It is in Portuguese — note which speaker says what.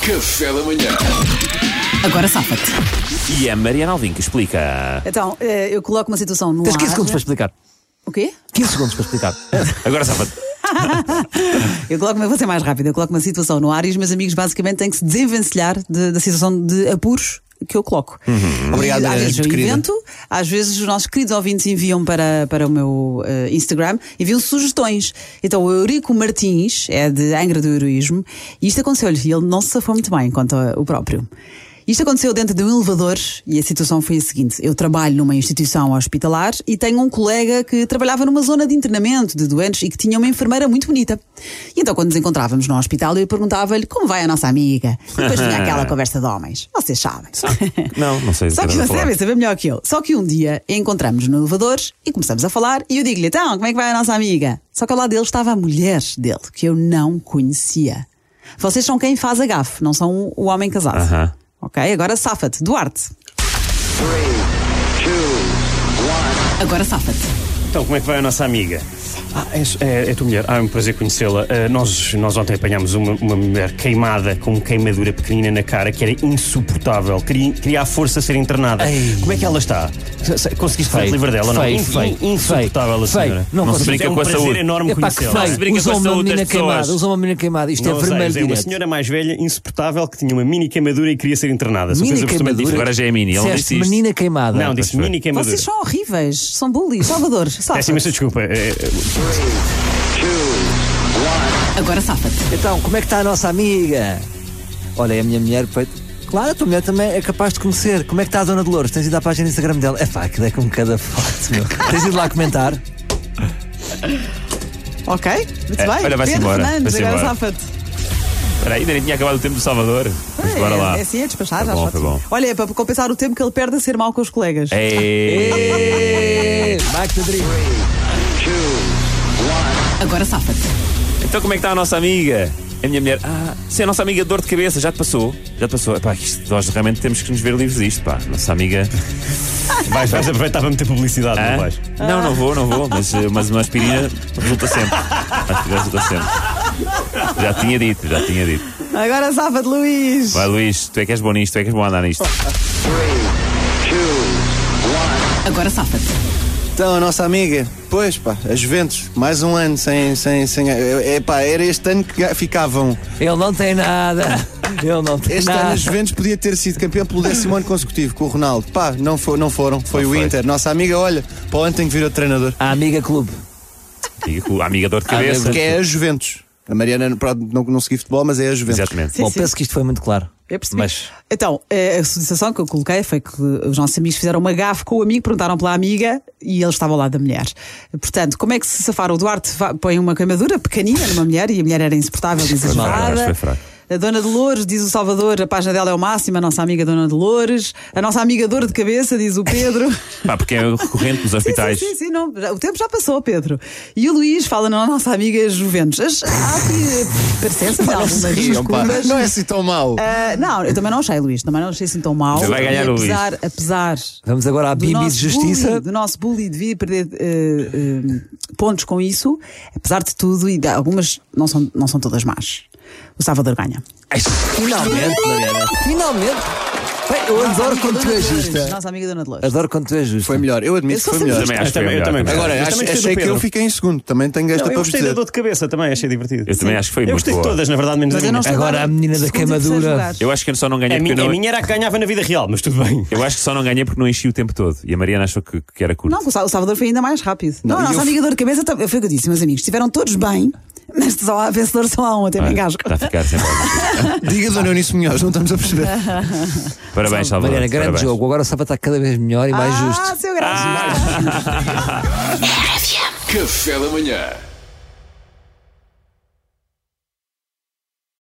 Speaker 1: Café da manhã.
Speaker 2: Agora safa-te.
Speaker 3: E a Mariana Alvim que explica.
Speaker 2: Então, eh, eu coloco uma situação no
Speaker 3: Tens
Speaker 2: ar.
Speaker 3: 15 segundos para explicar.
Speaker 2: O quê?
Speaker 3: 15 segundos para explicar. Agora safa-te.
Speaker 2: Eu coloco, eu vou ser mais rápida, eu coloco uma situação no ar e os meus amigos basicamente têm que se desenvencilhar de- da situação de apuros que eu coloco.
Speaker 4: Obrigado,
Speaker 2: E às vezes eu
Speaker 4: gente querida.
Speaker 2: invento, às vezes os nossos queridos ouvintes enviam para, para o meu eh, Instagram, enviam sugestões. Então o Eurico Martins é de Angra do Heroísmo e isto aconteceu-lhe, e ele não se safou muito bem quanto a- o próprio. Isto aconteceu dentro de um elevador e a situação foi a seguinte: eu trabalho numa instituição hospitalar e tenho um colega que trabalhava numa zona de internamento de doentes e que tinha uma enfermeira muito bonita. E então, quando nos encontrávamos no hospital, eu perguntava-lhe como vai a nossa amiga. E depois vinha aquela conversa de homens. Vocês sabem.
Speaker 3: Não, não sei do
Speaker 2: Só
Speaker 3: que
Speaker 2: que
Speaker 3: estás a
Speaker 2: não
Speaker 3: falar.
Speaker 2: sabem saber melhor que eu. Só que um dia encontramos no elevador e começamos a falar e eu digo-lhe, então, como é que vai a nossa amiga? Só que ao lado dele estava a mulher dele, que eu não conhecia. Vocês são quem faz a gafe, não são o homem casado.
Speaker 3: Aham.
Speaker 2: Ok, agora safa-te. Duarte. Agora safa-te.
Speaker 5: Então, como é que vai a nossa amiga? Ah, é, é, é tua mulher. Ah, é um prazer conhecê-la. Ah, nós, nós ontem apanhámos uma, uma mulher queimada, com uma queimadura pequenina na cara, que era insuportável. Queria, queria à força ser internada.
Speaker 4: Ei.
Speaker 5: Como é que ela está? Se- se- Conseguiste
Speaker 3: Feio,
Speaker 5: fazer livre dela, não?
Speaker 3: feio,
Speaker 5: In- in-
Speaker 3: feio,
Speaker 5: insuportável a
Speaker 4: feio.
Speaker 5: senhora.
Speaker 4: Não
Speaker 3: Não se
Speaker 4: consigo.
Speaker 3: brinca
Speaker 5: é um
Speaker 3: com a
Speaker 5: prazer
Speaker 3: saúde.
Speaker 5: enorme
Speaker 4: Epá, que
Speaker 5: conhecê-la.
Speaker 3: Não se
Speaker 4: feio.
Speaker 3: brinca
Speaker 4: Usou
Speaker 3: com a
Speaker 4: uma
Speaker 3: saúde
Speaker 4: menina
Speaker 3: das pessoas.
Speaker 4: queimada. Usou uma menina queimada. Isto
Speaker 5: Não
Speaker 4: é
Speaker 5: sei,
Speaker 4: vermelho
Speaker 5: é uma
Speaker 4: direto.
Speaker 5: senhora mais velha, insuportável, que tinha uma mini queimadura e queria ser internada. São
Speaker 4: Mini
Speaker 5: coisas absolutamente
Speaker 4: queimadura.
Speaker 5: diferentes.
Speaker 3: Agora já é mini, ele não
Speaker 4: Disseste
Speaker 3: disse isto.
Speaker 4: menina queimada.
Speaker 5: Não,
Speaker 3: Pois
Speaker 5: disse
Speaker 3: foi.
Speaker 5: mini queimadura.
Speaker 2: Vocês são horríveis, são bullies. Salvador,
Speaker 3: assim,
Speaker 5: Peço
Speaker 2: safa-te.
Speaker 5: imensa desculpa. É, é,
Speaker 2: Agora safa-te.
Speaker 4: Então, como é que está a nossa amiga? Olha, é a minha mulher. foi- Claro, a tua mulher também é capaz de conhecer. Como é que está a Dona Dolores? Tens ido à página do Instagram dela? É pá, aquilo é com cada foto, meu. Tens ido lá comentar?
Speaker 5: É,
Speaker 2: Ok? Muito
Speaker 3: É,
Speaker 2: bem.
Speaker 3: olha, vai-se
Speaker 2: Pedro
Speaker 3: embora,
Speaker 2: Fernandes,
Speaker 3: vai-se
Speaker 2: agora
Speaker 3: embora.
Speaker 2: safa-te.
Speaker 3: Espera aí, ainda nem tinha acabado o tempo do Salvador. Mas
Speaker 2: É,
Speaker 3: bora lá.
Speaker 2: É assim, é despachar,
Speaker 3: Foi
Speaker 2: já
Speaker 3: bom,
Speaker 2: está
Speaker 3: foi
Speaker 2: tudo.
Speaker 3: bom.
Speaker 2: Olha, é para compensar o tempo que ele perde a ser mau com os colegas.
Speaker 3: É. assim.
Speaker 4: Ê, Máquina de drible.
Speaker 2: Agora safa-te.
Speaker 3: Então como é que está a nossa amiga? A minha mulher, ah, se a nossa amiga de dor de cabeça, já te passou? Já te passou? Epá, isto- nós realmente temos que nos ver livres disto, pá. Nossa amiga.
Speaker 5: vais, vais aproveitar para meter publicidade,
Speaker 3: Hã?
Speaker 5: não vais?
Speaker 3: Não, não vou, não vou, mas, eh, mas uma aspirina resulta sempre. A aspirina resulta sempre. Já tinha dito, já tinha dito.
Speaker 2: Agora safa-te, Luís.
Speaker 3: Vai, Luís, tu é que és bom nisto, tu é que és bom a andar nisto.
Speaker 2: Agora safa-te.
Speaker 6: Então, a nossa amiga, pois pá, a Juventus, mais um ano sem. sem, sem é, é, pá, era este ano que ga- ficavam.
Speaker 4: Ele não tem nada. Ele não tem
Speaker 6: Este ano a
Speaker 5: Ah.
Speaker 2: é
Speaker 4: nada.
Speaker 6: Juventus podia ter sido campeão pelo décimo ano consecutivo com o Ronaldo. Pá, não, fo- não foram, foi
Speaker 3: Não
Speaker 6: o
Speaker 3: foi.
Speaker 6: Inter. Nossa amiga, olha, para o ano tem que vir outro treinador.
Speaker 4: A amiga clube.
Speaker 3: E com a amiga
Speaker 5: Ah,
Speaker 3: dor de cabeça.
Speaker 6: Que é a Juventus. A Mariana, pronto, não, não segui futebol, mas é a Juventus.
Speaker 3: Exatamente.
Speaker 2: Sim,
Speaker 4: Bom,
Speaker 2: sim.
Speaker 4: penso que isto foi muito claro.
Speaker 2: Eu percebi.
Speaker 4: Mas
Speaker 2: Então, eh, a solicitação que eu coloquei foi que os nossos amigos fizeram uma gafe com o amigo, perguntaram pela amiga e ele estava ao lado da mulher. Portanto, como é que se safaram? O Duarte va- põe uma queimadura pequenina numa mulher e a mulher era insuportável,
Speaker 3: fraco, acho que
Speaker 2: desesperada.
Speaker 3: foi fraco.
Speaker 2: A Dona Dolores, diz o Salvador, a página dela é o máximo, a nossa amiga Dona Dolores. A nossa amiga Dor de Cabeça, diz o Pedro.
Speaker 3: Pá, porque é recorrente nos hospitais.
Speaker 2: Sim, sim, sim, sim, não, já- o tempo já passou, Pedro. E o Luís fala na nossa amiga Juventus. As, há aqui parecenças de
Speaker 6: Pá, não
Speaker 2: algumas
Speaker 6: se riam, pá.
Speaker 2: ridículas.
Speaker 6: Não é assim tão mau.
Speaker 2: Ah, não, eu também não achei, Luís. Também não achei assim tão mal.
Speaker 3: Vai ganhar
Speaker 2: E
Speaker 3: o
Speaker 2: apesar,
Speaker 3: Luís.
Speaker 2: apesar
Speaker 4: vamos agora à
Speaker 2: do
Speaker 4: Bibi
Speaker 2: nosso
Speaker 4: de Justiça.
Speaker 2: bully, do nosso bully devia perder eh, eh, pontos com isso. Apesar de tudo, e de- algumas não são, não são todas más. O Salvador ganha.
Speaker 4: Finalmente, Mariana. Finalmente. Bem, eu adoro quando tu és justa.
Speaker 2: Nossa amiga Dona Dolores.
Speaker 4: Adoro quando tu és justa.
Speaker 6: Foi melhor, eu
Speaker 2: Eu
Speaker 6: admito que
Speaker 2: sou
Speaker 6: foi
Speaker 2: sempre
Speaker 6: melhor.
Speaker 3: Também acho que foi
Speaker 5: Eu
Speaker 3: melhor.
Speaker 5: também gostei.
Speaker 6: Agora,
Speaker 5: Eu
Speaker 6: acho-
Speaker 5: também gostei do
Speaker 6: achei que
Speaker 5: Pedro.
Speaker 6: eu fiquei em segundo, também tenho esta
Speaker 5: Não, eu
Speaker 6: para vos
Speaker 5: gostei da
Speaker 6: dizer.
Speaker 5: dor de cabeça também, achei divertido.
Speaker 3: Eu também acho que foi
Speaker 5: Eu
Speaker 3: muito
Speaker 5: gostei de
Speaker 3: boa.
Speaker 5: todas, na verdade, menos
Speaker 2: Mas
Speaker 5: a
Speaker 2: eu
Speaker 5: minha.
Speaker 2: não estou
Speaker 4: Agora
Speaker 2: dar
Speaker 4: a menina da
Speaker 2: segundos em
Speaker 4: queimadura.
Speaker 2: terceiro lugar.
Speaker 3: Eu acho que eu só não ganhei
Speaker 5: A
Speaker 3: porque eu
Speaker 5: minha, a
Speaker 3: não.
Speaker 5: É minha era a que ganhava na vida real, mas tudo bem.
Speaker 3: Eu acho que só não ganhei porque não enchi o tempo todo. E a Mariana achou que, que era curto.
Speaker 2: Não, o Sa- o Salvador foi ainda mais rápido. Não,
Speaker 6: Não,
Speaker 2: a
Speaker 6: e
Speaker 2: nossa
Speaker 6: eu-
Speaker 2: amiga dor de cabeça tam- foi o que eu disse, meus amigos. Estiveram todos bem, mas só há vencedor só há um, até me
Speaker 3: Ah,
Speaker 2: engasgo.
Speaker 4: tá.
Speaker 3: Está a ficar sempre.
Speaker 6: Diga Dona Eunice Munhoz, não estamos a perceber.
Speaker 3: Parabéns, Salvador.
Speaker 4: Mariana, grande
Speaker 3: parabéns.
Speaker 4: jogo. Agora o Saba está cada vez melhor e mais justo.
Speaker 2: Ah, seu graças.
Speaker 1: Café da manhã.